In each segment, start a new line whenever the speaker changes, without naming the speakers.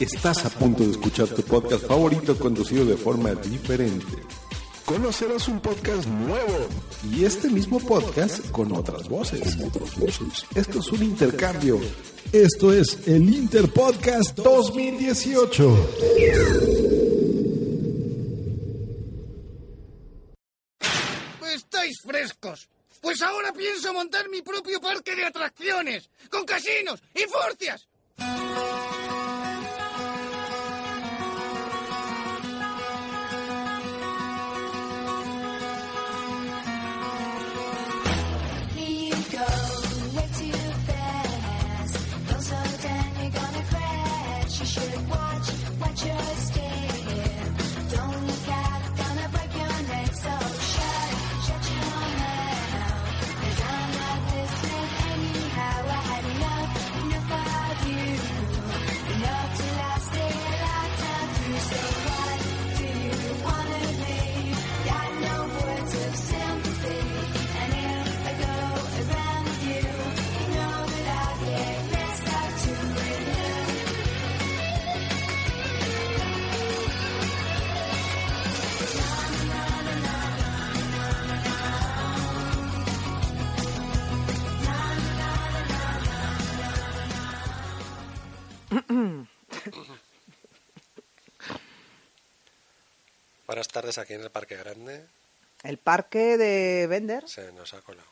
Estás a punto de escuchar tu podcast favorito conducido de forma diferente. Conocerás un podcast nuevo y este mismo podcast con otras voces. Esto es un intercambio. Esto es el Interpodcast 2018.
Estáis frescos. Pues ahora pienso montar mi propio parque de atracciones, con casinos y furcias.
Here you go, way too fast. Go slow, then you're gonna crash. You should watch, watch your step. Don't look out, gonna break your neck. So shut, shut your mouth. 'Cause I'm not listening anyhow. I had enough, enough of you. Enough to last a lifetime through. So what do you wanna be? Got no words of sympathy, and if I go around with you, you know that I get messed up too. And you
Buenas tardes aquí en el Parque Grande.
El parque de Bender.
Se nos ha colado.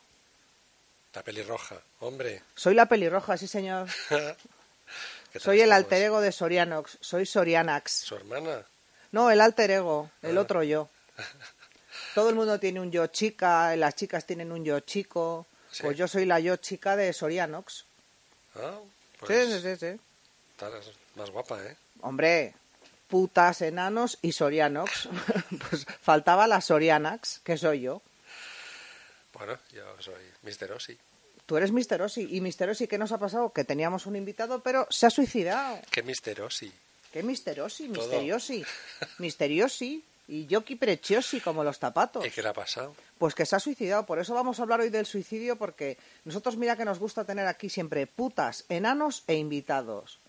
La pelirroja. Hombre.
Soy la pelirroja, sí señor.
¿qué tal
Soy el
estamos?
alter ego de Sorianox. Soy Sorianax.
Su hermana.
No, el alter ego, el
Ah.
otro yo. Todo el mundo tiene un yo chica, las chicas tienen un yo chico.
Sí.
Pues yo soy la yo chica de Sorianox.
Ah, pues
Sí, sí, sí, sí.
estás más guapa, ¿eh?
Hombre, putas, enanos y Sorianox. pues faltaba la Sorianax, que soy yo.
Bueno, yo soy Mr. Ossi.
Tú eres Mister Ossi. ¿Y Mister Ossi qué nos ha pasado? Que teníamos un invitado, pero se ha suicidado.
¿Qué Mr. Ossi?
Qué misteriosi,
Todo.
misteriosi, misteriosi y yoki preciosi como los zapatos.
¿Y qué le ha pasado?
Pues que se ha suicidado, por eso vamos a hablar hoy del suicidio porque nosotros mira que nos gusta tener aquí siempre putas, enanos e invitados.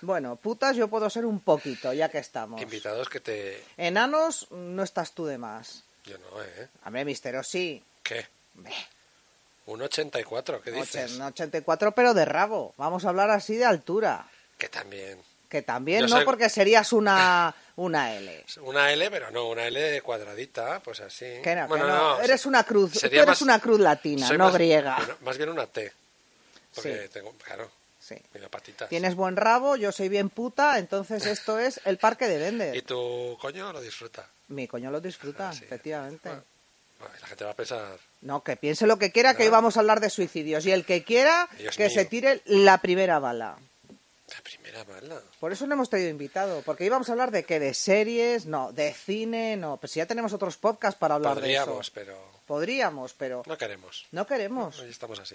Bueno, putas yo puedo ser un poquito, ya que estamos.
Invitados que te...
Enanos no estás tú de más.
Yo no, ¿eh?
Hombre, misteriosi,
¿Qué? Un 84, ¿qué dices?
ochen- 84 pero de rabo. Vamos a hablar así de altura,
Que también.
que también
Yo
no
soy-
porque serías una una L.
Una L, pero no, una L cuadradita, pues así.
Que no, que
Bueno,
no.
no,
Eres una cruz. Tú
sería
eres
más-
una cruz latina,
soy
no
más-
griega.
bueno, más bien una T. Porque
Sí.
tengo, claro,
Sí.
mira patitas.
Tienes buen rabo, yo soy bien puta, entonces esto es el parque de
Y
Bender.
tu coño lo disfruta.
Mi coño lo disfruta,
Ah, sí.
efectivamente.
Bueno, bueno, la gente va a pensar,
No, que piense lo que quiera, que hoy vamos a hablar de suicidios. Y el que quiera,
Dios
que
mío.
se tire la primera bala.
la primera bala.
Por eso no hemos traído invitado, porque íbamos a hablar de qué, de series, no, de cine, no. Pues si ya tenemos otros podcasts para hablar de
Podríamos,
eso.
pero
Podríamos, pero
No queremos.
no queremos.
Hoy estamos así.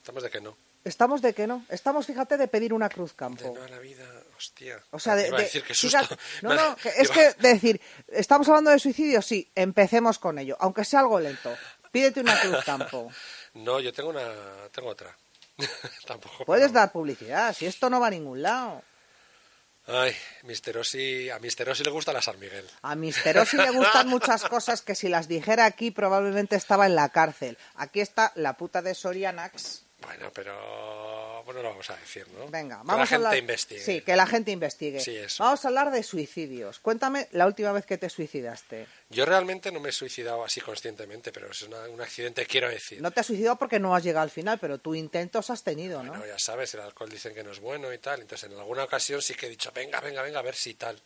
Estamos de que no.
Estamos de que no. Estamos, fíjate, de pedir una cruz
De
campo.
no a la vida, hostia. Ah,
O sea, de,
Iba a
de-
decir que susto.
fíjate- no, no, que es
Iba-
que de decir, estamos hablando de suicidio, sí, empecemos con ello, aunque sea algo lento. Pídete una cruz campo.
No, yo tengo una, tengo otra. Tampoco.
Puedes dar publicidad, si esto no va a ningún lado.
Ay, Misterosi, a Misterosi le gusta la San Miguel.
A Misterosi le gustan muchas cosas que si las dijera aquí probablemente estaba en la cárcel. Aquí está la puta de Sorianax.
Bueno, pero bueno, lo vamos a decir, ¿no?
Venga,
Que
vamos
la gente
a hablar.
investigue.
Sí, que la gente investigue.
Sí, eso.
Vamos a hablar de suicidios. Cuéntame la última vez que te suicidaste.
Yo realmente no me he suicidado así conscientemente, pero es una- un accidente, quiero decir.
No te has suicidado porque no has llegado al final, pero tú intentos has tenido, ¿no?
Bueno, ya sabes, el alcohol dicen que no es bueno y tal. Entonces, en alguna ocasión sí que he dicho, venga, venga, venga, a ver si tal.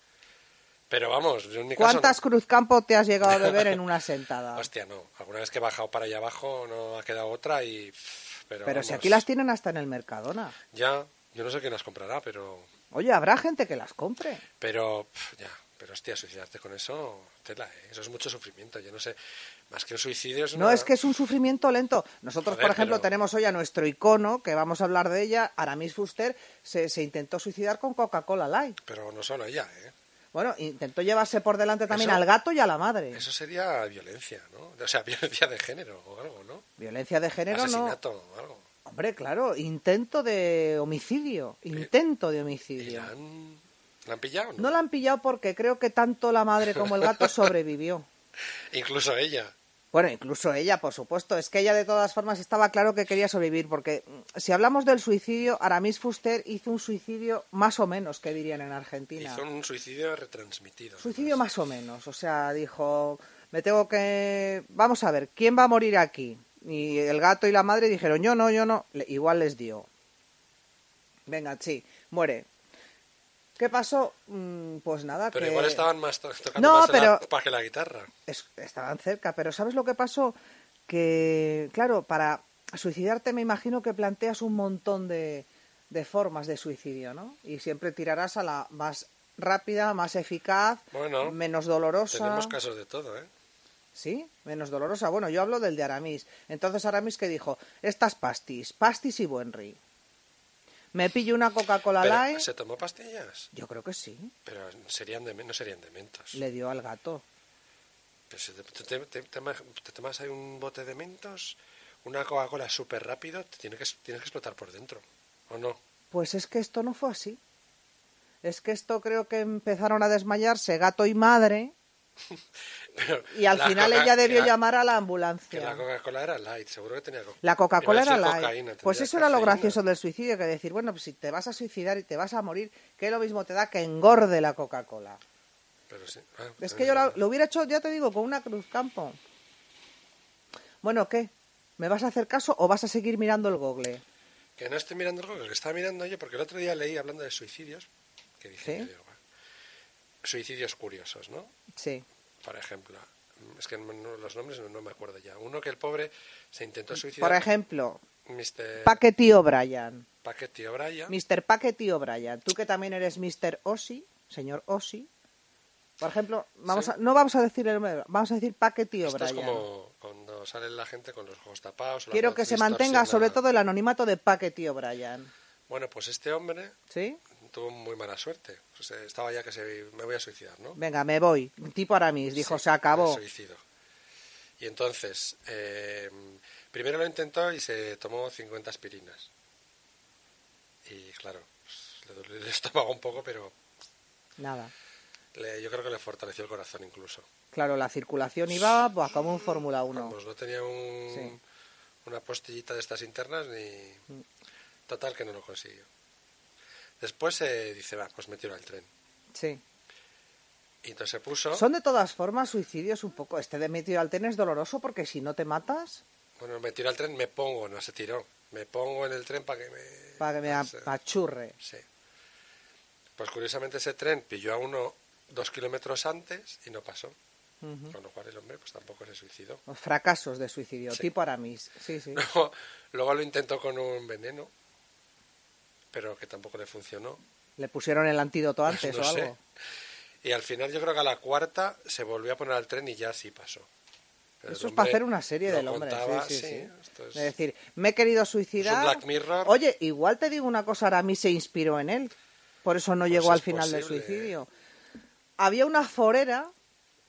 Pero vamos, yo en mi este caso. no.
¿Cuántas Cruzcampo te has llegado a beber en una sentada?
Hostia, no. Alguna vez que he bajado para allá abajo no ha quedado otra y. pff, Pero,
Pero si
vamos,
aquí las tienen hasta en el Mercadona.
Ya, yo no sé quién las comprará, pero.
Oye, habrá gente que las compre.
Pero, pf, ya. Pero hostia, suicidarte con eso, tela, ¿eh? Eso es mucho sufrimiento. Yo no sé. Más que un suicidio es
No,
una-
es que es un sufrimiento lento. Nosotros,
Joder,
por ejemplo,
pero-
tenemos hoy a nuestro icono, que vamos a hablar de ella, Aramis Fuster, se, se intentó suicidar con Coca-Cola Light.
Pero no solo ella, ¿eh?
Bueno, intentó llevarse por delante también
Eso-
al gato y a la madre.
Eso sería violencia, ¿no? O sea, violencia de género o algo, ¿no?
Violencia de género no.
Asesinato o algo.
Hombre, claro, intento de homicidio.
Eh,
Intento de
¿Y
homicidio.
la han, la han pillado? o No?
No la han pillado porque creo que tanto la madre como el gato sobrevivió.
Incluso ella.
Bueno, incluso ella, por supuesto. Es que ella, de todas formas, estaba claro que quería sobrevivir, porque mm, si hablamos del suicidio, Aramis Fuster hizo un suicidio más o menos, que dirían en Argentina.
Hizo un suicidio retransmitido.
Suicidio
además.
más o menos. O sea, dijo, me tengo que... Vamos a ver, ¿quién va a morir aquí? Y el gato y la madre dijeron, yo no, yo no. Le- igual les dio. Venga, sí, muere. ¿Qué pasó? Mm, Pues nada,
Pero
que...
igual estaban más to- tocando
No,
más la
pero-
pa que la guitarra.
Es- estaban cerca, pero ¿sabes lo que pasó? Que, claro, para suicidarte me imagino que planteas un montón de, de formas de suicidio, ¿no? Y siempre tirarás a la más rápida, más eficaz,
Bueno,
menos dolorosa.
Tenemos casos de todo, ¿eh?
¿Sí? Menos dolorosa. Bueno, yo hablo del de Aramis. Entonces Aramis que dijo, estas pastis, pastis y Buenry. Me pillo una Coca-Cola
Pero,
Light.
¿Se tomó pastillas?
Yo creo que sí.
Pero serían de, no serían dementos.
Le dio al gato.
Pero si te, te- te- te tomas- te tomas ahí un bote de mentos, una Coca-Cola súper rápido, te tiene que, tienes que explotar por dentro. ¿O no?
Pues es que esto no fue así. Es que esto creo que empezaron a desmayarse gato y madre
Pero
y al
la
final
Coca-
ella debió
que la-
llamar a la
Que la
ambulancia.
Coca-Cola era light, seguro que tenía co-
La Coca-Cola
Iba a
era
decir
light.
cocaína,
pues
tendría
eso era lo
cafeína.
gracioso del suicidio, que decir, bueno, pues si te vas a suicidar y te vas a morir, que lo mismo te da que engorde la Coca-Cola.
Pero sí, ah,
Es
no,
que yo
no,
la-
no.
lo hubiera hecho, ya te digo, con una cruz campo. Bueno, ¿qué? ¿Me vas a hacer caso o vas a seguir mirando el google?
Que no estoy mirando el Google, que estaba mirando yo, porque el otro día leí hablando de suicidios, que dije,
¿Sí?
yo digo, va, suicidios curiosos, ¿no?
Sí.
Por ejemplo, es que no- no- los nombres no, no me acuerdo ya. Uno que el pobre se intentó suicidar,
Por ejemplo,
Mr.
Paquetí O'Brien.
Paquete O'Brien.
Mr. Paquetty O'Brien, tú que también eres Mr. Ossi, señor Ossi. Por ejemplo, vamos
Sí.
a- no vamos a decir el nombre, vamos a decir Paquetty
Esto es
O'Brien.
como cuando sale la gente con los ojos tapados. la
Quiero
voz
que se mantenga
distorsionada.
sobre todo el anonimato de Paquetty O'Brien.
Bueno, pues este hombre
¿Sí?
tuvo muy mala suerte. O sea, estaba ya que se, me voy a suicidar, ¿no?
Venga, me voy. Tipo Aramis, dijo,
Sí,
se acabó.
el suicidio. Y entonces, eh, primero lo intentó y se tomó 50 aspirinas. Y claro, pues, le dolió el estómago un poco, pero
Nada.
le- yo creo que le fortaleció el corazón incluso.
Claro, la circulación iba buah, como un Fórmula 1.
Vamos, Pues no tenía un-
Sí. Mm.
una postillita de estas internas ni... Total que no lo consiguió. Después eh, dice, va, pues me tiro al tren.
Sí.
Y entonces se puso...
Son de todas formas suicidios un poco. Este de metido al tren es doloroso porque si no te matas,
Bueno, me tiro al tren, me pongo, no se tiró. Me pongo en el tren para que me...
para que me
no sé.
apachurre.
Sí. Pues curiosamente ese tren pilló a uno dos kilómetros antes y no pasó. Con lo cual el hombre pues tampoco se suicidó.
Los fracasos de suicidio,
Sí.
tipo Aramis. Sí, sí.
Luego, luego lo intentó con un veneno, pero que tampoco le funcionó.
¿Le pusieron el antídoto antes
Pues No
o
sé.
algo?
Y al final yo creo que a la cuarta se volvió a poner al tren y ya sí pasó. El
Eso es
hombre
para hacer una serie
lo
del hombre.
contaba,
sí, sí, sí.
esto es-
De decir, me he querido suicidar.
Black Mirror.
Oye, igual te digo una cosa, ahora a mí se inspiró en él. Por eso no
Pues
llegó al
es
final del
posible,
suicidio. Había una forera.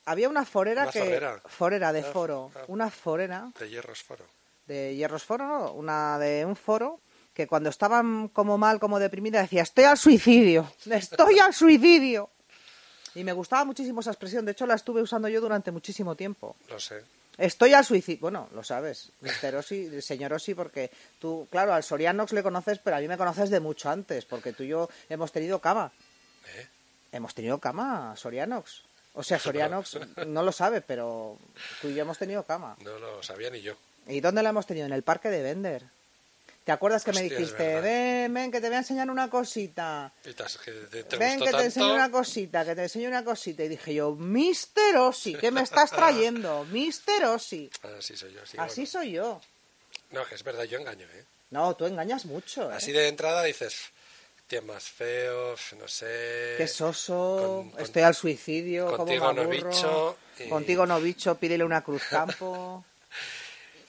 Había una forera
Una
que.
zorrera.
Forera de
Ah,
foro.
ah.
Una forera
de hierros foro.
de Hierros Foro, ¿no? una de un foro que cuando estaban como mal, como deprimida, decía, estoy al suicidio, estoy al suicidio. Y me gustaba muchísimo esa expresión, de hecho la estuve usando yo durante muchísimo tiempo.
Lo sé.
Estoy al suicidio, bueno, lo sabes, Mr. Ossi, señor Ossi, porque tú, claro, al Sorianox le conoces, pero a mí me conoces de mucho antes, porque tú y yo hemos tenido cama.
¿Eh?
Hemos tenido cama, Sorianox. O sea, Sorianox no lo sabe, pero tú y yo hemos tenido cama.
No lo sabía ni yo.
¿Y dónde la hemos tenido? En el parque de Bender. ¿Te acuerdas que me
Hostia, es
dijiste,
verdad.
ven, ven, que te voy a enseñar una cosita?
Y te, has- que te- te
ven,
gustó
que te enseño
tanto.
una cosita, que te enseño una cosita. Y dije yo, Mister Ossi, ¿qué me estás trayendo? Mister Ossi.
Así soy yo. Ah, sí,
Así
bueno.
soy yo.
No, que es verdad, yo engaño, ¿eh?
No, tú engañas mucho. ¿eh?
Así de entrada dices, tío más feo, no sé.
Qué soso,
con- con-
estoy al suicidio, como me
contigo no
aburro.
bicho y-
Contigo no bicho, pídele una cruz campo.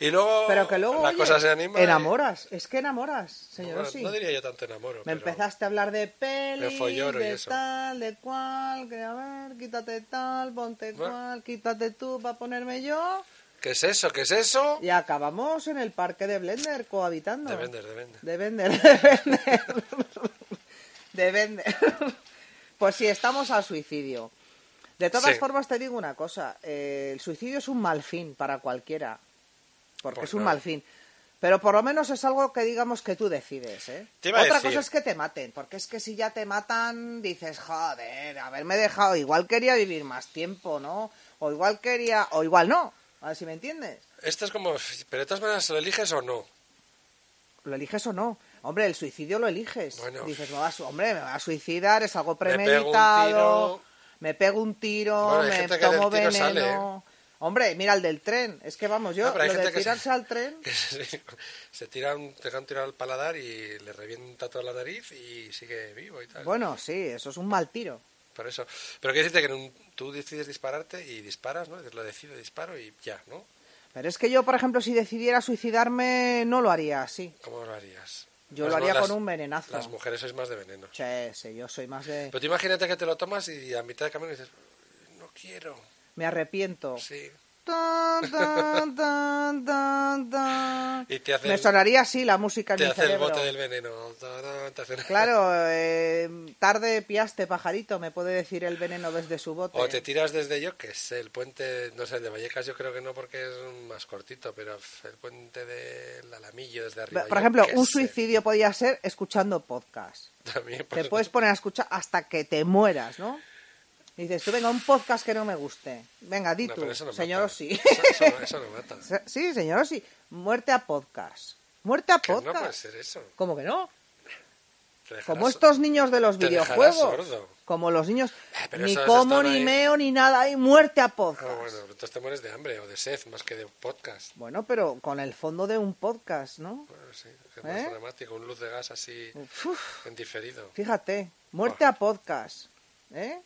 Y luego,
Pero que luego,
la
oye,
cosa se anima. y-
enamoras. Es que enamoras, señor
Bueno,
Ossi.
No diría Pues yo tanto enamoro.
Me
pero
empezaste a hablar de
de
peli,
folloro y
de
eso.
tal, de cual, que a ver, quítate tal, ponte
Bueno.
cual, quítate tú para ponerme yo.
¿Qué es eso? ¿Qué es eso?
Y acabamos en el parque de Blender cohabitando.
De vender, de vender.
De Blender, de Blender. De Blender. Pues sí, estamos al suicidio. De todas
Sí.
formas, te digo una cosa. eh, el suicidio es un mal fin para cualquiera. Porque
Pues
es un
no.
mal fin. Pero por lo menos es algo que digamos que tú decides, ¿eh?
Te iba a
Otra
decir.
cosa es que te maten, porque es que si ya te matan, dices, joder, haberme dejado, igual quería vivir más tiempo, ¿no? O igual quería, o igual no, a ver si me entiendes.
Esto es como, pero de todas maneras, ¿lo eliges o no?
¿Lo eliges o no? Hombre, el suicidio lo eliges.
Bueno.
Dices, me va a su- hombre, me va a suicidar, es algo
pego un
premeditado,
tiro.
me pego un tiro,
Bueno, hay
me
gente que del
tomo
tiro
veneno.
sale,
Hombre, mira el del tren, es que vamos, yo,
Ah, pero hay
lo de
gente que se-
tirarse al tren,
Que se, se tira un, te dejan tirar al paladar y le revienta toda la nariz y sigue vivo y tal.
bueno, sí, eso es un mal tiro.
Por eso. Pero quiere decirte que en un- tú decides dispararte y disparas, ¿no? Dices, Lo decido, disparo y ya, ¿no?
Pero es que yo, por ejemplo, si decidiera suicidarme, no lo haría así.
¿Cómo lo harías?
Yo
Pues
lo
no,
haría
las-
con un venenazo.
Las mujeres sois más de veneno.
Che, sí, yo soy más de...
Pero Pues tú imagínate que te lo tomas y a mitad de camino dices, no quiero.
Me arrepiento.
Sí.
Tan, tan, tan, tan, tan.
Y te hace
Me
el-
sonaría así la música en
Te
mi
hace
cerebro.
el bote del veneno. Ta- ta- te hace-
Claro, eh, tarde piaste pajarito, me puede decir el veneno desde su bote.
O Oh, te tiras desde yo, que sé, el puente, no sé, el de Vallecas yo creo que no porque es más cortito, pero f- el puente del Alamillo desde arriba.
Por
yo
ejemplo,
qué
un
sé.
suicidio podía ser escuchando podcast.
También,
Te
pues,
puedes poner a escuchar hasta que te mueras, ¿no? Y dices, tú venga, un podcast que no me guste. Venga, di
no,
tú,
pero eso no
señor
mata.
Ossi.
Eso, eso no, eso no mata.
sí, señor Ossi, muerte a podcast. Muerte a
Que no
podcast.
puede ser eso.
¿Cómo que no?
Te dejarás-
Como estos niños de los
te dejará
videojuegos.
sordo.
Como los niños.
Ah, pero
ni
esos
como,
están
ni
ahí.
meo, ni nada. Hay muerte a podcast.
Ah, bueno, entonces te mueres de hambre o de sed más que de podcast.
Bueno, pero con el fondo de un podcast, ¿no?
Bueno, sí, es más
¿Eh? Mm.
dramático, un luz de gas así
Uf,
en diferido.
fíjate,
Ah.
muerte a podcast, ¿eh?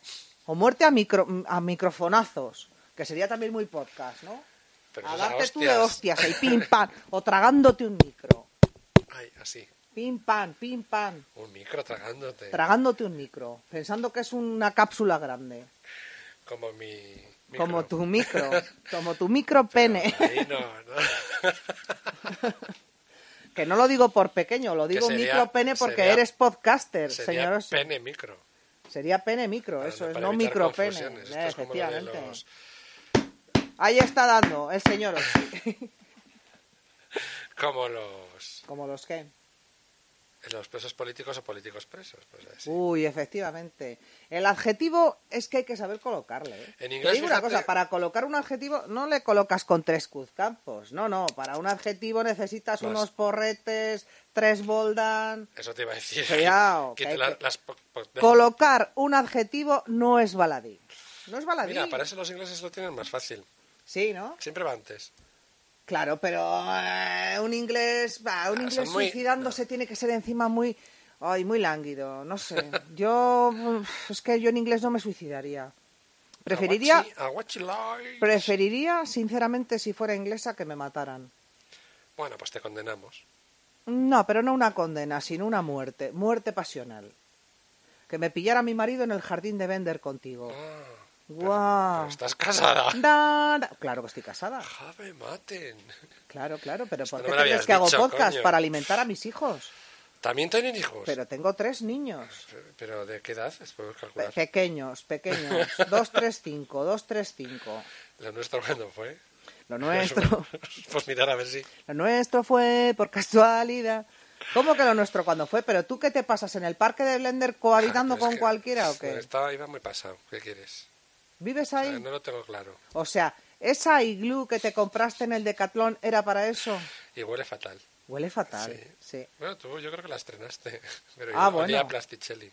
O muerte a, micro, a microfonazos, que sería también muy podcast, ¿no?
Pero
a
eso es a
darte tú de
hostias.
hostias, el pim pam, o tragándote un micro.
Ay, así,
Pim pam, pim pam,
un micro tragándote.
tragándote un micro, pensando que es una cápsula grande,
como mi. micro.
como tu micro, como tu micro pene.
Ahí no, no.
que no lo digo por pequeño, lo
Que
digo
sería-
micro pene porque
sería-
eres podcaster,
Sería
señor. Ossi.
pene micro.
Sería pene micro,
para-
eso es,
para
no
evitar
micro pene.
confusiones. Esto es como lo de
efectivamente.
los-
Ahí está dando el señor Ossi.
como los,
Como los que.
los presos políticos o políticos presos. pues así.
Uy, efectivamente. El adjetivo es que hay que saber colocarle. ¿eh?
En
Te
inglés,
digo una
fíjate-
cosa, para colocar un adjetivo no le colocas con tres cruzcampos. No, no, para un adjetivo necesitas
Más.
unos porretes, tres boldan.
Eso te iba a decir.
Cuidado, que
Quita
hay
la-
que-
las po- po-
Colocar un adjetivo no es baladí. No es baladí.
Mira, para eso los ingleses lo tienen más fácil.
Sí, ¿no?
Siempre va antes.
Claro, pero eh, un inglés, bah, un
Ah,
inglés
son muy-
suicidándose tiene que ser encima muy, ay, muy lánguido, no sé. Yo, uf, es que yo en inglés no me suicidaría. Preferiría,
Aguachi- aguachi lights.
preferiría, sinceramente, si fuera inglesa, que me mataran.
Bueno, pues te condenamos.
No, pero no una condena, sino una muerte, muerte pasional. Que me pillara mi marido en el jardín de Bender contigo.
Ah,
¡Guau!
pero estás casada.
Da, da. Claro que estoy casada.
Jave, maten.
Claro, claro, pero ¿por
no
qué
me lo
crees
habías
que hago
dicho,
podcast?
coño.
Para alimentar a mis hijos.
¿También tienen hijos?
Pero tengo tres niños.
¿Pero de qué edad? Podemos
Pe-
calcular.
Pequeños, pequeños. Dos, tres, cinco, dos, tres, cinco.
Lo nuestro cuando fue.
Lo nuestro,
pues mirar a ver si.
lo nuestro fue por casualidad. ¿Cómo que lo nuestro cuando fue? ¿Pero tú qué te pasas en el parque de Blender cohabitando
Ah, pero
con
es que-
cualquiera o
No,
qué?
Estaba, iba muy pasado. ¿Qué quieres?
¿Vives
O sea,
ahí?
no lo tengo claro.
O sea, ¿esa iglú que te compraste en el Decathlon era para eso?
Y huele fatal.
Huele fatal, sí.
Bueno, tú yo creo que la estrenaste. Pero
Ah,
yo olía
bueno.
a Plasticelli.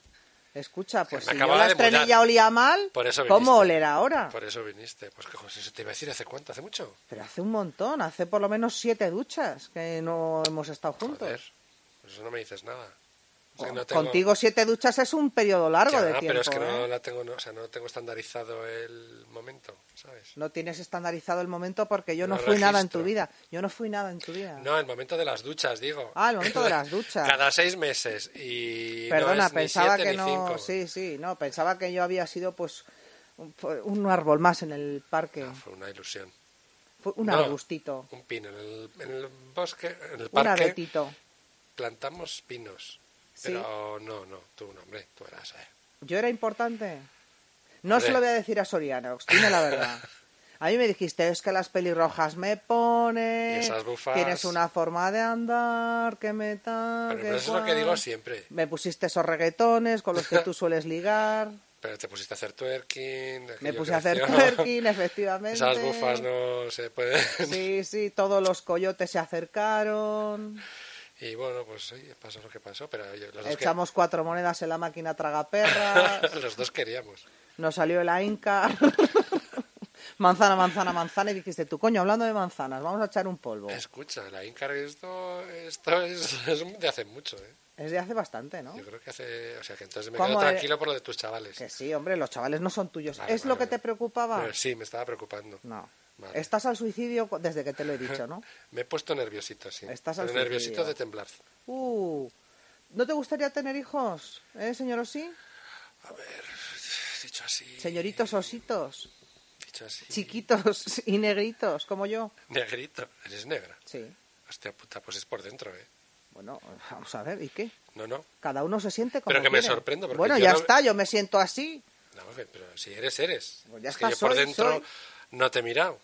Escucha, pues
me
si yo
acababa
la
de
estrené
mudar.
ya olía mal,
Por eso viniste.
¿cómo olerá ahora?
Por eso viniste. Pues que José, eso te iba a decir hace cuánto, hace mucho.
Pero hace un montón, hace por lo menos siete duchas que no hemos estado juntos.
Joder. Pues eso no me dices nada. O sea,
Con-
no tengo-
Contigo siete duchas es un periodo largo
Ya,
de tiempo.
pero es que no
¿eh?
la tengo, no, o sea, no tengo estandarizado el momento, ¿sabes?
No tienes estandarizado el momento porque yo no,
No
fui nada en tu
registro.
vida. Yo no fui nada en tu vida.
No, el momento de las duchas, digo.
Ah, el momento de las duchas.
Cada seis meses. Y
Perdona,
no es
pensaba
ni siete
que
ni
no.
Cinco.
Sí, sí, no, pensaba que yo había sido pues un, un árbol más en el parque,
Fue una ilusión.
Fue un
No,
arbustito,
Un pino. En el, en el bosque, en el
un
parque,
abetito.
plantamos pinos.
Sí.
Pero no, no, tú no, hombre, tú eras. eh.
Yo era importante. No
Hombre.
se lo voy a decir a Soriano, dime la verdad. A mí me dijiste, es que las pelirrojas me ponen,
Y esas bufas.
tienes una forma de andar, que me tal,
Pero,
que
pero eso es lo que
cual".
digo siempre.
Me pusiste esos reggaetones con los que tú sueles ligar.
Pero te pusiste a hacer twerking.
Me
aquello
puse
que
a hacer
hacíamos.
twerking, efectivamente.
Esas bufas no se pueden.
Sí, sí, todos los coyotes se acercaron.
Y bueno, pues oye, pasó lo que pasó. Pero oye, los, dos Pues que-
Echamos cuatro monedas en la máquina tragaperras.
los dos queríamos.
Nos salió la Inca. manzana, manzana, manzana. Y dijiste, tú coño, hablando de manzanas, vamos a echar un polvo. Es,
Escucha, la Inca, esto, esto es, es de hace mucho, ¿eh?
de hace bastante, ¿no?
Yo creo que hace... O sea, que entonces me
¿Cómo
quedo
era?
tranquilo por lo de tus chavales.
Que sí, hombre, los chavales no son tuyos.
Vale,
¿Es
vale,
lo que
vale.
te preocupaba?
Pero sí, me estaba preocupando.
No.
Vale.
Estás al suicidio cu- desde que te lo he dicho, ¿no?
Me he puesto nerviosito, sí.
Estás al
Pero nerviosito
suicidio.
de temblar.
Uh, ¿No te gustaría tener hijos, eh, señor Osí?
Dicho así...
Señoritos ositos,
Dicho así...
chiquitos y negritos, como yo.
Negrito. Eres negra.
Sí,
Hostia puta, pues es por dentro, ¿eh?
bueno, vamos a ver, ¿y qué?
No, no.
Cada uno se siente como
Pero que me
quiere.
sorprendo, porque
Bueno,
yo
ya
no-
está, yo me siento así.
No, que- pero si eres, eres.
Pues ya
es
está,
que yo por
soy,
dentro
soy.
no te he mirado.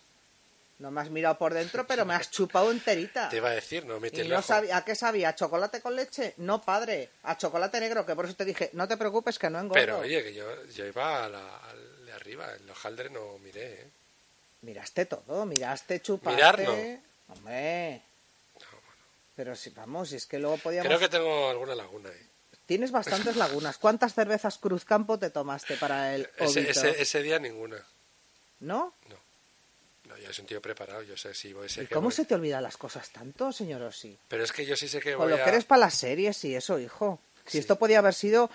No me has mirado por dentro, pero me has chupado enterita.
Te iba a decir, no metí
Y
el
no
ojo.
sabía, ¿a qué sabía? ¿A chocolate con leche? No, padre, a chocolate negro, que por eso te dije, no te preocupes que no engordo.
Pero oye, que yo, yo iba a la, al de arriba, en los hojaldre no miré, ¿eh?
Miraste todo, miraste, chupaste.
Mirar no.
Hombre. Pero si, vamos, si es que luego podíamos...
Creo que tengo alguna laguna, ¿eh?
Tienes bastantes lagunas. ¿Cuántas cervezas Cruzcampo te tomaste para el ovito?
Ese, ese, ese día ninguna.
¿No?
No, yo soy un tío preparado, yo sé si voy, sé
¿Y
que
cómo
voy.
se te olvidan las cosas tanto, señor Ossi?
Pero es que yo sí sé que
Con
voy
lo
a...
que eres para las series y eso, hijo. Si esto podía haber sido...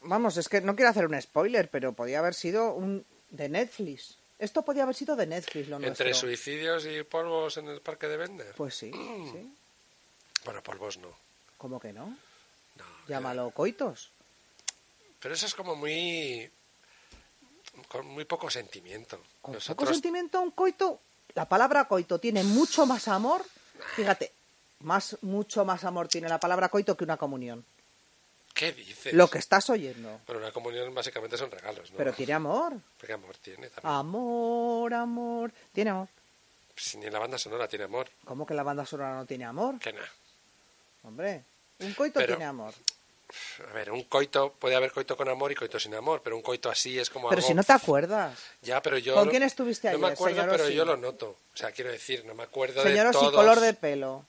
Vamos, es que no quiero hacer un spoiler, pero podía haber sido un de Netflix. Esto podía haber sido de Netflix, lo
Entre
nuestro.
suicidios y polvos en el parque de Bender.
Pues sí, sí.
Bueno, polvos no.
¿Cómo que no?
No,
Llámalo coitos.
Pero eso es como muy... Con muy poco sentimiento.
Con
Nosotros...
poco sentimiento un coito, la palabra coito tiene mucho más amor. Fíjate, más mucho más amor tiene la palabra coito que una comunión.
¿Qué dices?
Lo que estás oyendo.
Bueno, una comunión básicamente son regalos, ¿no?
Pero tiene Ah. amor.
Porque amor tiene también.
Amor, amor. Tiene amor.
Si ni la banda sonora tiene amor,
¿Cómo que la banda sonora no tiene amor?
que nada.
Hombre, un coito
Pero-
tiene amor.
A ver, un coito... Puede haber coito con amor y coito sin amor, pero un coito así es como
Pero
algo...
si no te acuerdas.
Ya, pero yo...
¿Con
lo-
quién estuviste
No me
ayer,
acuerdo,
señor
pero
Ossi?
yo lo noto. O sea, quiero decir, no me acuerdo de
Señoros y
todos...
color de pelo.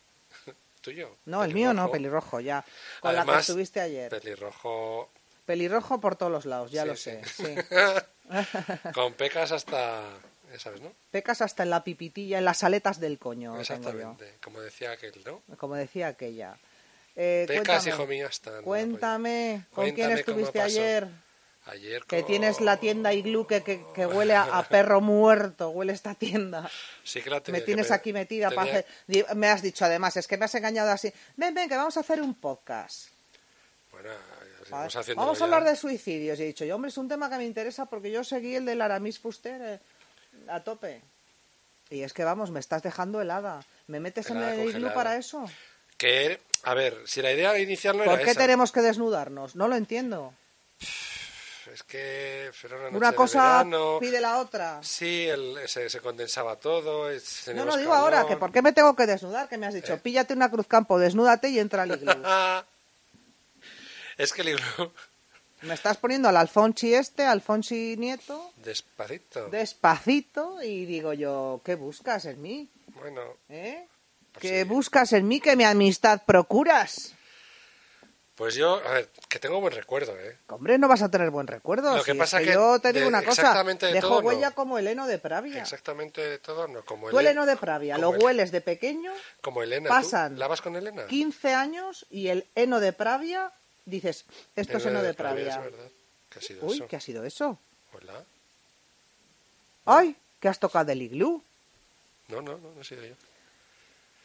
¿Tuyo?
No, el mío no,
pelirrojo.
pelirrojo, ya. Con la que
Además,
estuviste ayer.
Pelirrojo.
Pelirrojo por todos los lados, ya
Sí,
lo
sí.
sé. Sí.
Con pecas hasta. ya ¿Sabes, no?
Pecas hasta en la pipitilla, en las aletas del coño. tengo yo.
Exactamente. Como decía aquel, ¿no?
como decía aquella. Eh,
Pecas,
cuéntame,
hijo mío, hasta. no la
Cuéntame, ¿con quién
Cuéntame cómo
estuviste
pasó.
ayer?
Ayer
Que
con-
tienes la tienda iglú que, que, que huele a, a perro muerto, huele esta tienda.
Sí que la tenía
Me
que
tienes
pe-
aquí metida para
tenía-
hacer... Di- Me has dicho además, es que me has engañado así. Ven, ven, que vamos a hacer un podcast.
Bueno, ya
Joder,
seguimos haciéndolo
Vamos a
ya.
hablar de suicidios. Y he dicho, yo, hombre, es un tema que me interesa porque yo seguí el de Aramis Fuster eh, a tope. Y es que, vamos, me estás dejando helada. ¿Me metes
Helada,
en el iglú
congelada.
para eso?
Que, a ver, si la idea de iniciarlo
¿Por
era
qué
esa.
tenemos que desnudarnos? No lo entiendo.
Es que era una, noche
Una
de
cosa
verano,
pide la otra.
Sí, el- se, se condensaba todo. es-
No,
teníamos
no, digo
calor. Eh.
ahora, que ¿por qué me tengo que desnudar? Que me has dicho, píllate una cruz campo, desnúdate y entra al iglú.
es que el libro...
me estás poniendo al Alfonsi este, Alfonsi Nieto,
Despacito.
despacito, y digo yo, ¿qué buscas en mí?
Bueno,
¿Eh?
Pues
¿Qué
sí.
buscas en mí que mi amistad procuras?
pues yo, a ver, que tengo buen recuerdo, ¿eh?
Hombre, no vas a tener buen recuerdo.
Lo que
si
pasa
es
que
yo te digo
de-
una cosa,
exactamente de
dejo
todo, no.
huella como Heleno de Pravia.
Exactamente de todo, no como
Tú
Elena.
Heleno de Pravia lo
como Ele-
hueles de pequeño,
Como Elena. ¿tú
pasan
¿Lavas con Elena?
15 años y el heno de Pravia dices, esto es heno de
Pravia,
Pravia.
es verdad. ¿Qué ha sido
Uy,
eso?
¿qué ha sido eso?
Hola.
Ay, que has tocado el iglú.
No, no, no, no he sido yo.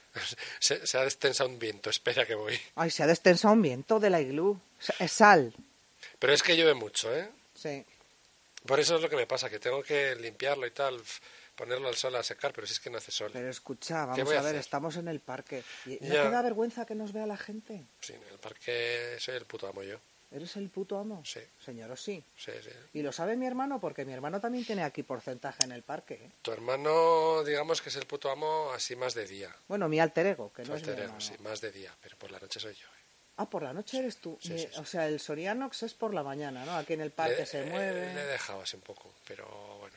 Se, se ha destensado un viento, espera que voy.
Ay, se ha destensado un viento de la iglú. Sa- Es sal.
Pero es que llueve mucho, ¿eh?
Sí.
Por eso es lo que me pasa, que tengo que limpiarlo y tal, f- ponerlo al sol a secar, pero si es que no hace sol.
Pero escucha, vamos
¿Qué
a
voy
ver,
a hacer?
estamos en el parque. Y ¿No
Ya.
te da vergüenza que nos vea la gente?
Sí, en el parque soy el puto amo yo.
¿Eres el puto amo?
Sí.
Señor, o sí.
Sí, sí.
Y lo sabe mi hermano porque mi hermano también tiene aquí porcentaje en el parque. ¿eh?
Tu hermano, digamos que es el puto amo así más de día.
Bueno, mi alter ego, que
Tu
no es mi
alter ego,
hermano.
sí, más de día, pero por la noche soy yo. ¿eh?
Ah, por la noche eres tú.
Sí,
Mi-
sí, sí.
O sea, el Sorianox es por la mañana, ¿no? Aquí en el parque
Le-
se
eh,
mueve.
Le he dejado así un poco, pero bueno.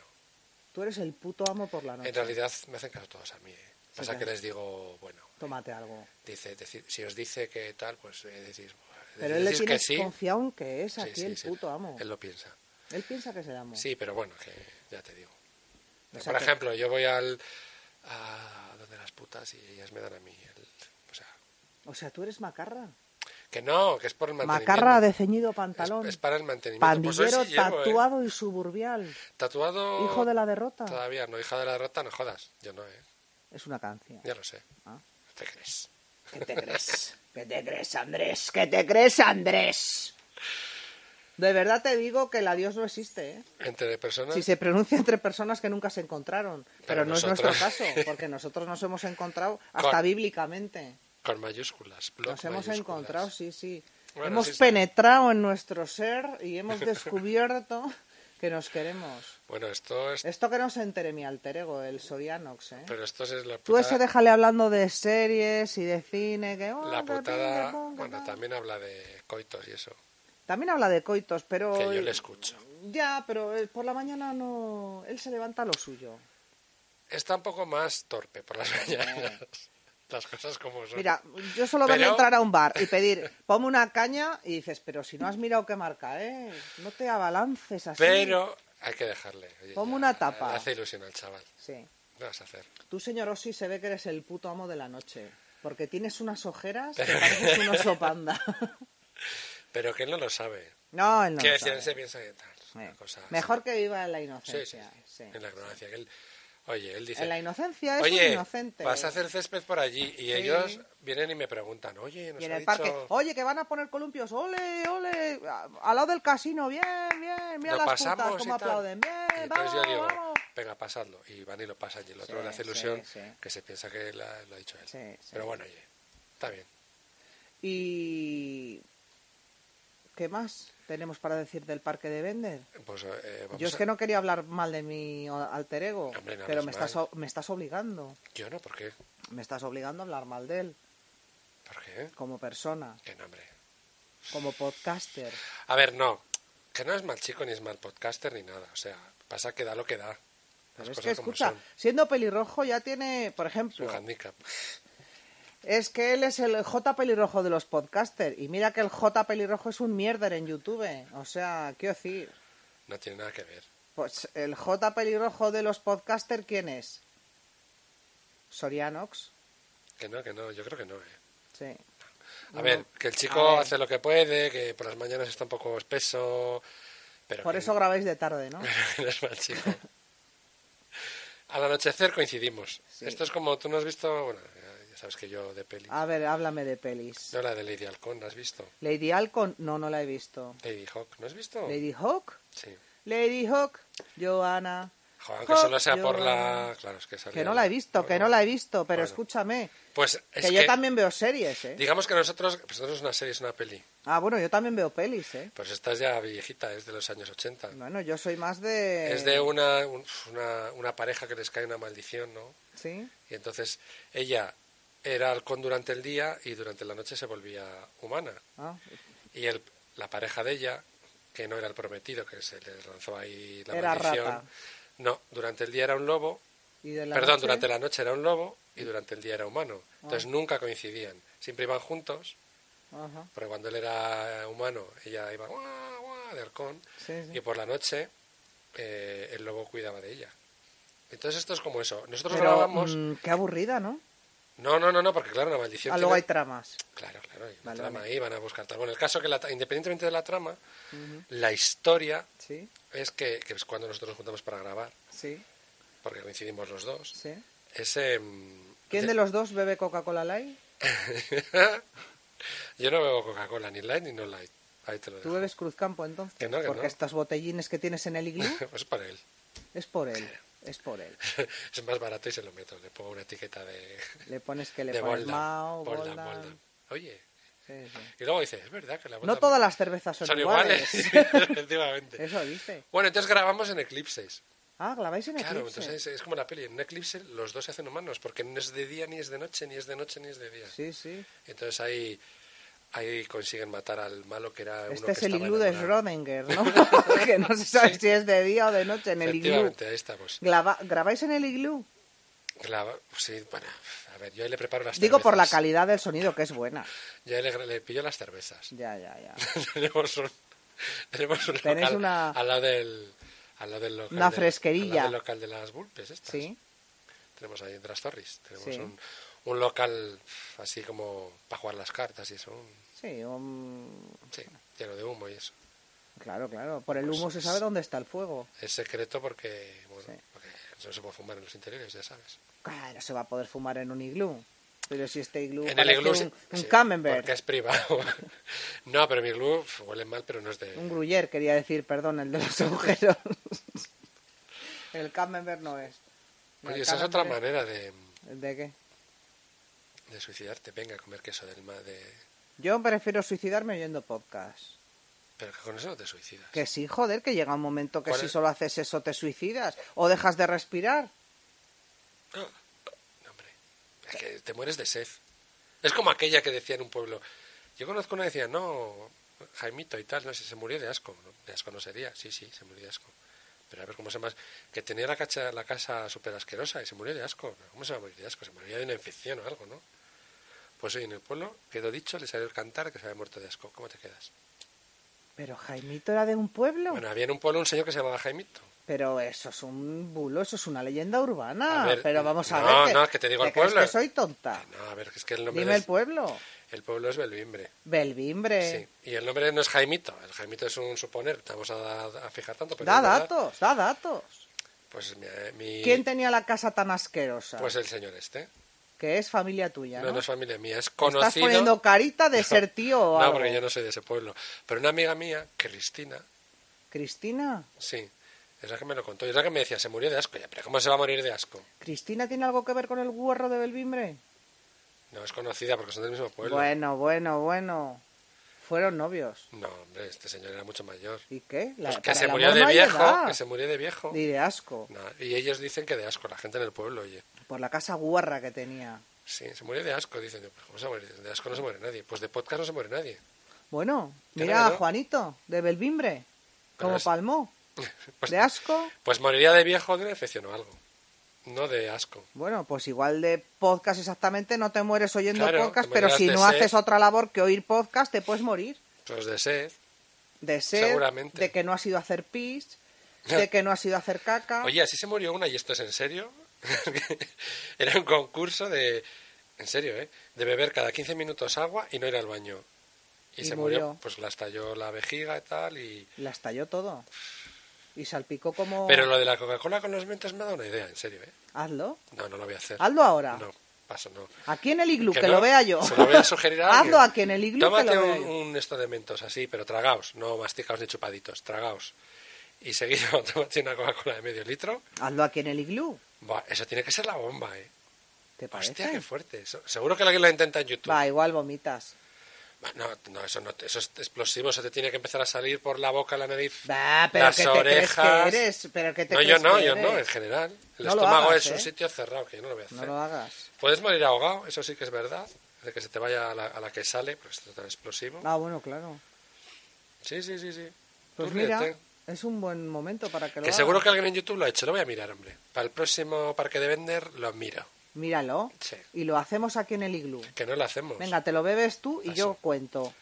Tú eres el puto amo por la noche.
En realidad me hacen caso todos a mí. ¿eh? Pasa
claro.
que les digo, bueno,
Tómate algo.
dice, deci- si os dice que tal, pues eh, decís,
Pero él le
decís
tiene
que sí.
confiado en que es
Sí,
aquí
sí,
el
sí,
puto amo.
Él lo piensa.
Él piensa que es el amo.
Sí, pero bueno, que ya te digo.
O sea
Por
que-
ejemplo, yo voy al a donde las putas y ellas me dan a mí el, o sea,
O sea, tú eres macarra.
que no, que es por el mantenimiento.
Macarra de ceñido
es,
pantalón.
es para el mantenimiento. Pues hoy
Pandillero
sí llevo, ¿eh? Oh.
tatuado y suburbial.
Tatuado.
Hijo de la derrota.
Todavía no, hija de la rata, no jodas. Yo no, eh.
Es una canción.
Ya lo sé.
Ah.
¿Te crees?
¿Qué te crees? ¿Qué te crees, Andrés? ¿Qué te crees, Andrés? De verdad te digo que el adiós no existe, ¿eh?
Entre personas.
Si se pronuncia entre personas que nunca se encontraron. Pero,
Pero
no
nosotros-
es nuestro caso, porque nosotros nos hemos encontrado hasta
Con-
bíblicamente.
Con mayúsculas. block
Nos hemos
mayúsculas.
encontrado, sí, sí.
Bueno,
hemos
sí, sí.
penetrado en nuestro ser y hemos descubierto que nos queremos.
Bueno, esto es.
Esto que no se entere mi alter ego, el Sorianox, ¿eh?
Pero esto es la
Tú
putada.
ese déjale hablando de series y de cine, que... oh,
La
que
putada.
pim, que pum, que
Bueno,
tal.
también habla de coitos y eso.
También habla de coitos, pero...
Que yo le escucho.
Ya, pero eh, por la mañana no... Él se levanta a lo suyo.
Está un poco más torpe por las mañanas. Las cosas como son.
Ah. Mira, yo solo
Pero-
verle entrar a un bar y pedir, ponme una caña y dices, pero si no has mirado qué marca, ¿eh? No te abalances así.
Pero hay que dejarle. Oye,
Ponme
ya,
una tapa.
le Hace ilusión al chaval.
Sí.
¿Qué vas a hacer?
Tú, señor Ossi, se ve que eres el puto amo de la noche. Porque tienes unas ojeras que pareces un oso panda.
Pero que él no lo sabe.
no, él no.
que
lo
si él
sabe.
se piensa que tal.
Eh,
una cosa así.
Mejor que viva en la
Sí, sí,
inocencia.
sí.
sí.
En la ignorancia. que él- Oye, él dice.
En la inocencia es
Oye,
un inocente.
vas a hacer césped por allí. Y ellos vienen y me preguntan. Oye, nos
Y en
ha
el parque,
dicho-
oye, que van a poner columpios, ole, ole, a- al lado del casino, bien, bien, mira
lo
las
pasamos
putas cómo
y tal.
aplauden,
Y
bien,
entonces
vamos,
yo digo,
vamos.
venga, pasadlo. Y van y lo pasan. Y el otro
Sí,
le hace
sí,
ilusión
sí.
que se piensa que la- lo ha dicho él.
Sí, sí.
Pero bueno, oye, está bien.
¿Y qué más tenemos para decir del parque de Bender?
Pues, eh, vamos
Yo es
a-
que no quería hablar mal de mi o- alter ego,
Hombre, no
pero
hables
me estás,
mal.
o- me estás obligando,
Yo no, ¿por qué?
me estás obligando a hablar mal de él
¿Por qué?
como persona,
Qué nombre.
como podcaster.
A ver, no. Que no es mal chico ni es mal podcaster ni nada. O sea, pasa que da lo que da. Las
Pero es
cosas
que
como
escucha,
son.
siendo pelirrojo ya tiene, por
Es un
ejemplo,
handicap.
Es que él es el J pelirrojo de los podcasters. Y mira que el J pelirrojo es un mierder en YouTube. O sea, quiero decir.
No tiene nada que ver.
Pues el J pelirrojo de los podcasters, ¿quién es? Sorianox.
Que no, que no. Yo creo que no, eh.
Sí.
A ver, que el chico
A ver.
hace lo que puede, que por las mañanas está un poco espeso, Pero
Por
que-
eso grabáis de tarde, ¿no?
Menos mal, chico. Al anochecer coincidimos. Esto es como tú no has visto. Bueno, ya- ya sabes que yo de peli.
A ver, háblame de pelis.
No, la de Lady Halcón, ¿la has visto?
Lady Alcon, no, no la he visto.
Lady Hawk, ¿no has visto?
Lady Hawk,
Sí.
Lady Hawk, Joanna.
Joder, aunque
Hawk,
solo sea por
Joanna.
la. Claro, es que salía-
Que no la he visto, que no la he visto, pero
Bueno,
escúchame,
Pues es
que, yo también veo series, ¿eh?
Digamos que nosotros. Pues nosotros es una serie, es una peli.
Ah, bueno, yo también veo pelis, ¿eh?
Pues esta es ya viejita, es de los años 80.
Bueno, yo soy más de...
Es de una, un- una, una pareja que les cae una maldición, ¿no?
Sí,
Y entonces ella era halcón durante el día y durante la noche se volvía humana.
ah,
Y el- la pareja de ella, que no era el prometido, que se le lanzó ahí la
Era
maldición.
rata.
No, durante el día era un lobo,
y de la
perdón,
noche, Ah.
durante la noche era un lobo y durante el día era humano. Entonces nunca coincidían, siempre iban juntos,
ajá,
porque cuando él era humano ella iba guau, guau, de halcón
sí, sí.
y por la noche eh, el lobo cuidaba de ella. Entonces esto es como eso. Nosotros
Pero,
grabamos...
mm, qué aburrida, ¿no?
No, no, no, no, porque claro, la maldición...
Ah, luego
tiene-
hay tramas.
Claro, claro, hay una
Vale,
trama
vale.
ahí, van a buscar tal. Bueno, el caso que la, tra- independientemente de la trama, la historia
Sí,
es que, que es cuando nosotros nos juntamos para grabar,
sí,
porque coincidimos los dos,
sí.
es... em,
¿Quién de los dos bebe Coca-Cola Light?
Yo no bebo Coca-Cola, ni light ni no light. Ahí te lo
¿Tú
dejo.
bebes Cruzcampo entonces?
Que no, que
Porque
no.
estos botellines que tienes en el iglú
Pues para él.
es por él, es por él.
es más barato y se lo meto. Le pongo una etiqueta de...
Le pones que le
de
pones
Boldam.
Mao,
Boldam,
Boldam.
Boldam. Oye.
Sí, sí.
Y luego dices, es verdad que la
No
Boldam
todas las cervezas son,
son
iguales.
iguales. Efectivamente.
Eso dice.
Bueno, entonces grabamos en eclipses.
Ah, grabáis en
Claro,
eclipse.
entonces es como la peli. En un eclipse los dos se hacen humanos, porque no es de día ni es de noche, ni es de noche ni es de día.
Sí, sí.
Entonces ahí, ahí consiguen matar al malo que era uno
Este
que
es el
estaba
iglú de
enamorado.
Schrödinger, ¿no? que no se sabe si es de día o de noche en el iglú.
Efectivamente, ahí estamos.
Glava- ¿Grabáis en el iglú?
Claro, sí, bueno, a ver, yo ahí le preparo las
Digo por la
cervezas.
calidad del sonido, que es buena.
Yo ahí le, le pillo las cervezas.
Ya, ya, ya.
tenemos un, tenemos un
Tenéis
local
una-
al lado del... Al lado del local
Una
de-
fresquerilla.
al lado del local de las Bulpes estas.
Sí,
Tenemos ahí en Dras Torres. Tenemos
Sí.
un, un local así como para jugar las cartas y eso. un-
sí. un-
Sí, lleno de humo y eso.
Claro, claro. Por el
Pues
humo se sabe dónde está el fuego.
Es secreto porque, bueno,
Sí.
porque no se puede fumar en los interiores, ya sabes.
Claro, se va a poder fumar en un iglú. Pero si este iglú
en
parece
iglú
un,
sí-
un
sí,
camembert,
Porque es privado. no, pero mi iglú uf, huele mal, pero no es de...
un gruyer, quería decir, perdón, el de los agujeros. el camembert no es. No,
Oye,
el
esa es otra
camembert
manera de,
es- ¿De qué?
de suicidarte. Venga, a comer queso del mar de...
Yo prefiero suicidarme oyendo podcast.
Pero que con eso no te suicidas.
Que sí, joder, que llega un momento que
¿Cuál
si
es?
solo haces eso te suicidas o dejas de respirar.
No, hombre. Es que te mueres de sed. Es como aquella que decía en un pueblo. Yo conozco una que decía, no, Jaimito y tal, no sé, se murió de asco. ¿no? De asco no sería. Sí, sí, se murió de asco. Pero a ver cómo se llama. Que tenía la, cacha, la casa súper asquerosa y se murió de asco. ¿Cómo se va a morir de asco? Se murió de una infección o algo, ¿no? Pues hoy en el pueblo quedó dicho, le salió el cantar que se había muerto de asco. ¿Cómo te quedas?
Pero Jaimito era de un pueblo.
Bueno, había en un pueblo un señor que se llamaba Jaimito.
Pero eso es un bulo, eso es una leyenda urbana.
A ver,
Pero vamos a
no,
ver.
no, que te digo el
crees
pueblo.
que soy tonta.
No, a ver, que es que el nombre.
Dime el
es-
pueblo.
el pueblo es Belvimbre.
Belvimbre.
Sí, y el nombre no es Jaimito, el Jaimito es un suponer, te vamos a, a fijar tanto, pero...
da
pues es verdad.
datos, da datos.
Pues mi, mi-
¿Quién tenía la casa tan asquerosa?
Pues el señor este.
que es familia tuya,
No,
¿no?
no es familia mía, es
Estás
conocido...
poniendo carita de ser tío o
No,
algo.
porque yo no soy de ese pueblo. Pero una amiga mía, Cristina,
Cristina,
sí, es la que me lo contó, y es la que me decía, se murió de asco, ya, pero ¿cómo se va a morir de asco?
Cristina tiene algo que ver con el guarro de Belvimbre.
No, es conocida porque son del mismo pueblo.
Bueno, bueno, bueno. Fueron novios.
No, hombre, este señor era mucho mayor.
¿Y qué? La-
Pues que
para
se
el
murió
amor
de
no hay
viejo,
edad.
que se murió de viejo.
Y de asco.
No, y ellos dicen que de asco, la gente en el pueblo, oye.
Por la casa guarra que tenía.
Sí, se murió de asco, dicen. Yo, pues, ¿Cómo se muere? De asco no se muere nadie. Pues de podcast no se muere nadie.
Bueno,
Claro
mira
que
a
no.
Juanito, de Belvimbre.
Pero
Como
es-
palmó.
Pues,
De asco.
Pues moriría de viejo de una infección o algo. No de asco.
Bueno, pues igual de podcast exactamente no te mueres oyendo
Claro,
podcast,
te
pero
morirás
si
de
no
sed.
haces otra labor que oír podcast, te puedes morir.
Pues de sed.
De sed,
Seguramente.
de que no has ido a hacer pis, de que no has ido a hacer caca.
Oye, así se murió una y esto es en serio. Era un concurso de... En serio, ¿eh? De beber cada 15 minutos agua y no ir al baño. Y,
Y
se murió.
murió.
pues la estalló la vejiga y tal. Y...
La estalló todo. Y salpicó como...
Pero lo de la Coca-Cola con los mentos me ha dado una idea, en serio, ¿eh?
Hazlo.
No, no lo voy a hacer.
Hazlo ahora.
No, paso, no.
Aquí en el iglú, que,
no,
lo vea yo.
Se lo voy a sugerir a
Hazlo
alguien.
aquí en el iglú, que
Tómate
lo vea
un,
yo.
un esto de mentos así, pero tragaos, no masticaos ni chupaditos, tragaos. Y seguido, tómate una Coca-Cola de medio litro.
Hazlo aquí en el iglú.
Buah, eso tiene que ser la bomba, ¿eh?
¿Te
Hostia,
parece?
qué fuerte. Eso- Seguro que alguien lo intenta en YouTube.
Va, igual vomitas.
Bah, No, no, eso no, eso es explosivo, eso te tiene que empezar a salir por la boca, la nariz,
Va, pero
las
¿qué te
orejas.
crees que eres? ¿Pero qué te
no, yo
crees
no,
que
yo
eres?
no, en general. El
No lo
estómago es
hagas, ¿eh?
un sitio cerrado, que yo no lo voy a hacer.
No lo hagas.
Puedes morir ahogado, eso sí que es verdad, de que se te vaya a la, a la que sale, porque es tan explosivo.
Ah, bueno, claro.
Sí, sí, sí, sí. Tú
Pues mira,
ríete.
es un buen momento para que lo
Que
hagas.
seguro que alguien en YouTube lo ha hecho, lo voy a mirar, hombre. Para el próximo parque de vender lo miro,
Míralo.
Sí.
Y lo hacemos aquí en el iglú.
que no lo hacemos.
Venga, te lo bebes tú y
Así.
yo cuento.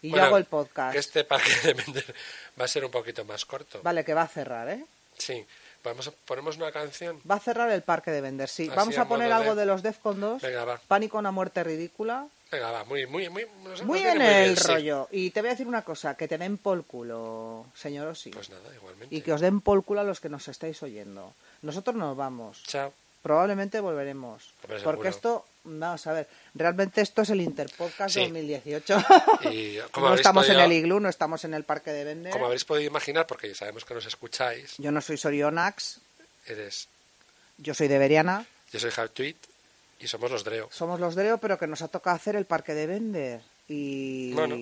Y
Bueno,
yo hago el podcast.
Que este parque de vender va a ser un poquito más corto.
Vale, que va a cerrar, ¿eh?
Sí, vamos a- ponemos una canción.
Va a cerrar el parque de vender, sí.
Así
Vamos
a
a poner
modo de-
algo de los Defcon 2.
Venga, va.
Pánico a una muerte ridícula.
Venga, va, muy, muy, muy. nos hemos
Muy
ido
en
bien,
el
sí.
rollo. Y te voy a decir una cosa, que te den por culo, señor Osi.
Pues nada, igualmente.
y que os den por culo a los que nos estáis oyendo. Nosotros nos vamos.
Chao.
Probablemente volveremos.
Hombre,
porque
seguro.
esto, vamos a ver, realmente esto es el Interpodcast
Sí.
2018.
Y como
no
habéis
estamos en
podido-
el iglú, no estamos en el parque de vender.
Como habréis podido imaginar, porque ya sabemos que nos escucháis,
Yo no soy Sorionax,
eres.
yo soy de Beriana.
Yo soy Hartweet y somos los Dreo.
Somos los Dreo, pero que nos ha tocado hacer el parque de vender. Y
Bueno.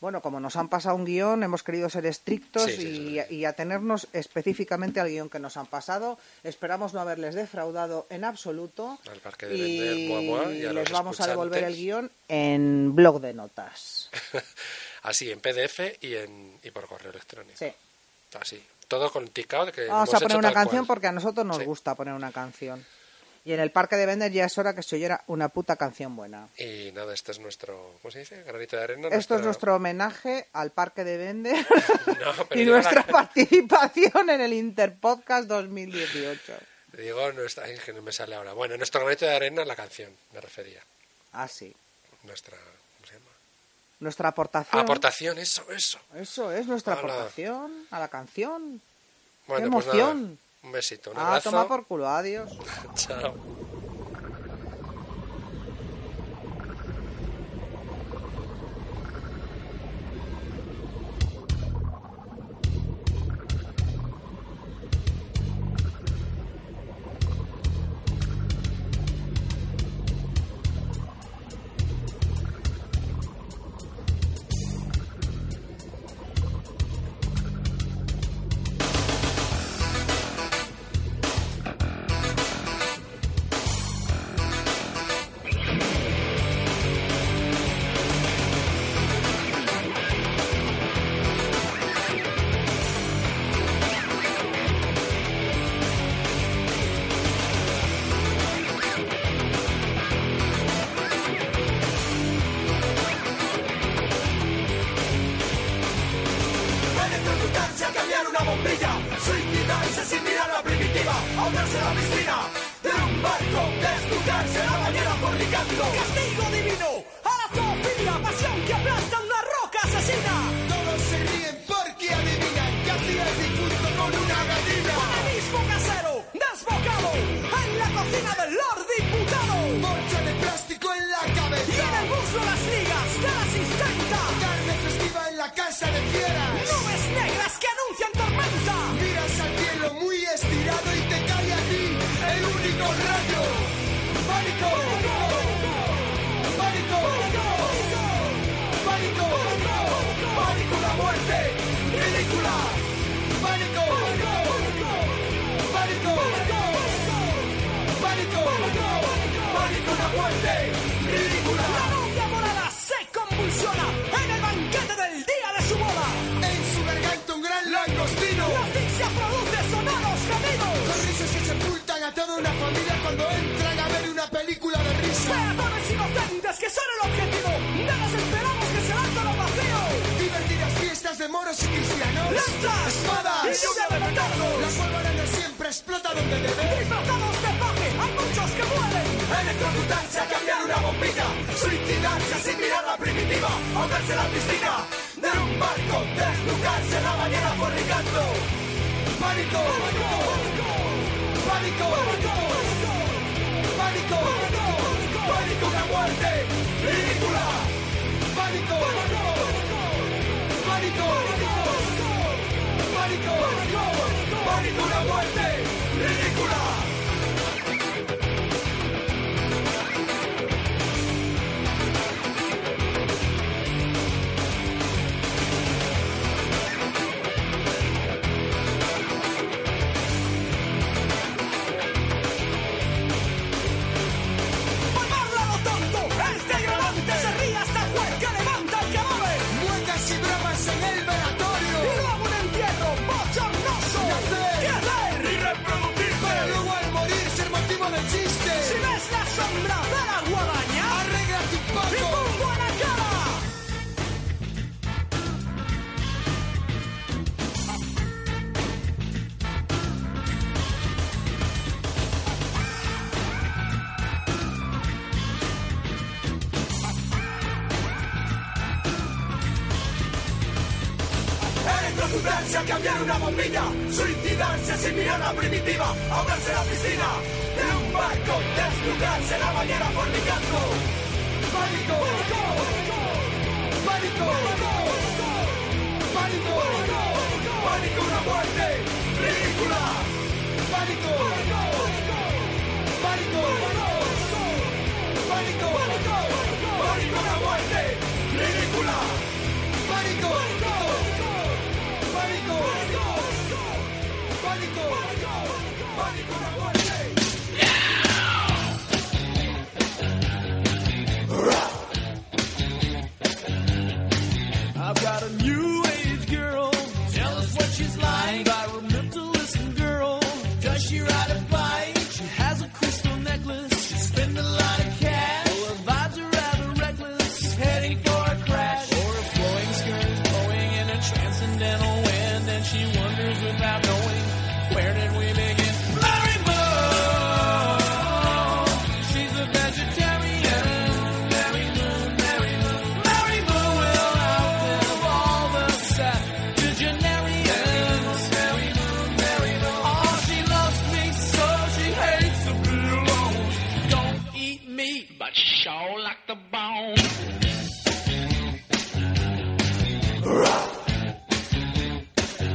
bueno, como nos han pasado un guión, hemos querido ser estrictos
Sí, sí, eso es
y,
verdad.
y atenernos específicamente al guión que nos han pasado. Esperamos no haberles defraudado en absoluto.
Al parque de vender, buah, buah, y a los
les vamos a devolver el
escuchantes.
guión en blog de notas.
Así, en PDF y, en, y por correo electrónico.
Sí.
Así. Todo con ticado. de Que lo
Vamos
Eh, hemos
a poner
hecho
una
tal
canción
cual.
porque a nosotros nos
Sí.
gusta poner una canción. Y en el parque de vender ya es hora que se oyera una puta canción buena.
Y nada, este es nuestro. ¿Cómo se dice? Granito de arena.
Esto es
nuestra-
nuestro homenaje al Parque de Vender
No, pero
y
digo
nuestra
la-
participación en el Interpodcast 2018.
Digo, nuestra... Ay, que no me sale ahora. Bueno, nuestro granito de arena, la canción, me refería.
Así.
Nuestra. ¿Cómo se llama?
Ah, Nuestra aportación.
Aportación, eso, eso.
Eso es nuestra
Ala.
aportación a la canción.
Bueno,
¡Qué
pues nada,
emoción!
un besito, un
Ah,
abrazo.
toma por culo, adiós.
Chao.
castigo divino a la zoofilia, pasión que aplasta una roca asesina. Todos se ríen porque adivinan que así es difunto con una gallina. Panelismo casero, desbocado, en la cocina del Lord Diputado. Bolsa de plástico en la cabeza. Y en el muslo las ligas de la asistenta. Carne festiva en la casa de fieras. Nubes negras que anuncian tormenta. Miras al cielo muy estirado y te cae allí el único rayo. ¡Pánico! Pánico, pánico, pánico, pánico, la muerte ridícula. Pánico, pánico, pánico, pánico, pánico, la muerte ridícula. La novia morada se convulsiona en el banquete del día de su boda. En su garganta un gran langostino. La asfixia produce sonoros gemidos. Sonrisas que sepultan a toda una familia cuando entran a ver una película de risa. Peatones inocentes que son el objetivo. No nos esperamos que se lanzan al vacío. Divertidas fiestas de moros y cristianos. Lanzas, espadas y lluvia de petardos. La pólvora no siempre explota donde debe. Disfrazados de paje, hay muchos que mueren. Electrocutarse a cambiar una bombilla. Suicidarse sin mirar la primitiva. Ahogarse la piscina.
Pánico, pánico, pánico, pánico, pánico, pánico, una muerte ridícula. Pánico, pánico, pánico, pánico, pánico, una muerte ridícula. Palmarlo a lo tonto, es degradante. Se ríe hasta el juez que levanta el que mueve. Muecas y bramas en el velatorio. Y luego un entierro bochornoso. Nacer, crecer y reproducir. Para luego al morir ser motivo de chiste. Si ves la sombra de la guadaña, arregla tu pato y pon buena cara. electrocutarse a cambiar una bombilla, suicidarse sin mirar la primitiva, ahogarse en la piscina de un barco, desnudarse en la bañera fornicando. Pánico, pánico, pánico, pánico, pánico, pánico, una muerte ridícula. Pánico, pánico, pánico, pánico, pánico, una muerte ridícula. Pánico, pánico. Pánico, pánico, pánico, pánico, la muerte.
I've got a new age girl. Tell us what she's like. Environmentalist girl. Does she ride a bike? She has a crystal necklace. She's spending a lot of cash. Well, her vibes are rather reckless. She's heading for a crash. Or a flowing skirt is blowing in a transcendental wind. And she wonders without knowing where did we begin? Mary Moore. She's a vegetarian. Mary Moore, Mary Moore. Mary Moore will outlive all the septuagenarians. Mary Moore, Mary Moore. Oh, she loves me so she hates the blue alone. Don't eat meat, but sure like the bone. You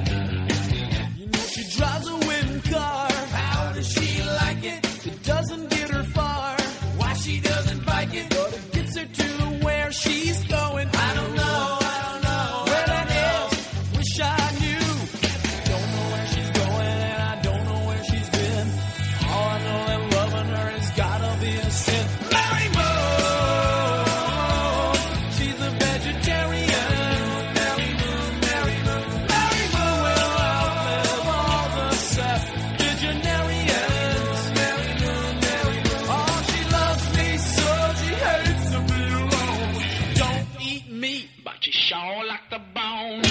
know she drives a wooden car. How does she like it? It doesn't get her far. Why she doesn't like it? But it gets her to where she's going. I don't know. I don't know. Where that is? Wish I knew. Don't know where she's going and I don't know where she's been. All I know that loving her has gotta be a sin. Mary Moore, she's a vegetarian. Mary Moore, Mary Moore, Mary Moore will outlive all the septuagenarians. Mary Moore, Mary Moore, oh she loves me so she hates to be alone. Don't eat meat, but she sure like the bone.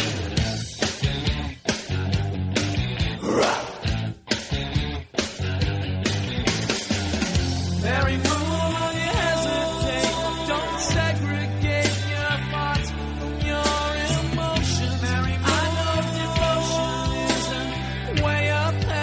Mary Moon, you hesitate. Don't segregate your thoughts from your emotions. Mary Moon, I know devotion is a way up there.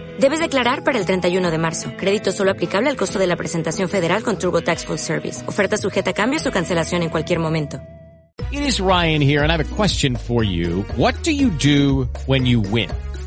Debes declarar para el 31 de marzo. Crédito solo aplicable al costo de la presentación federal con TurboTax Full Service. Oferta sujeta a cambios o cancelación en cualquier momento.
It is Ryan here, and I have a question for you. What do you do when you win?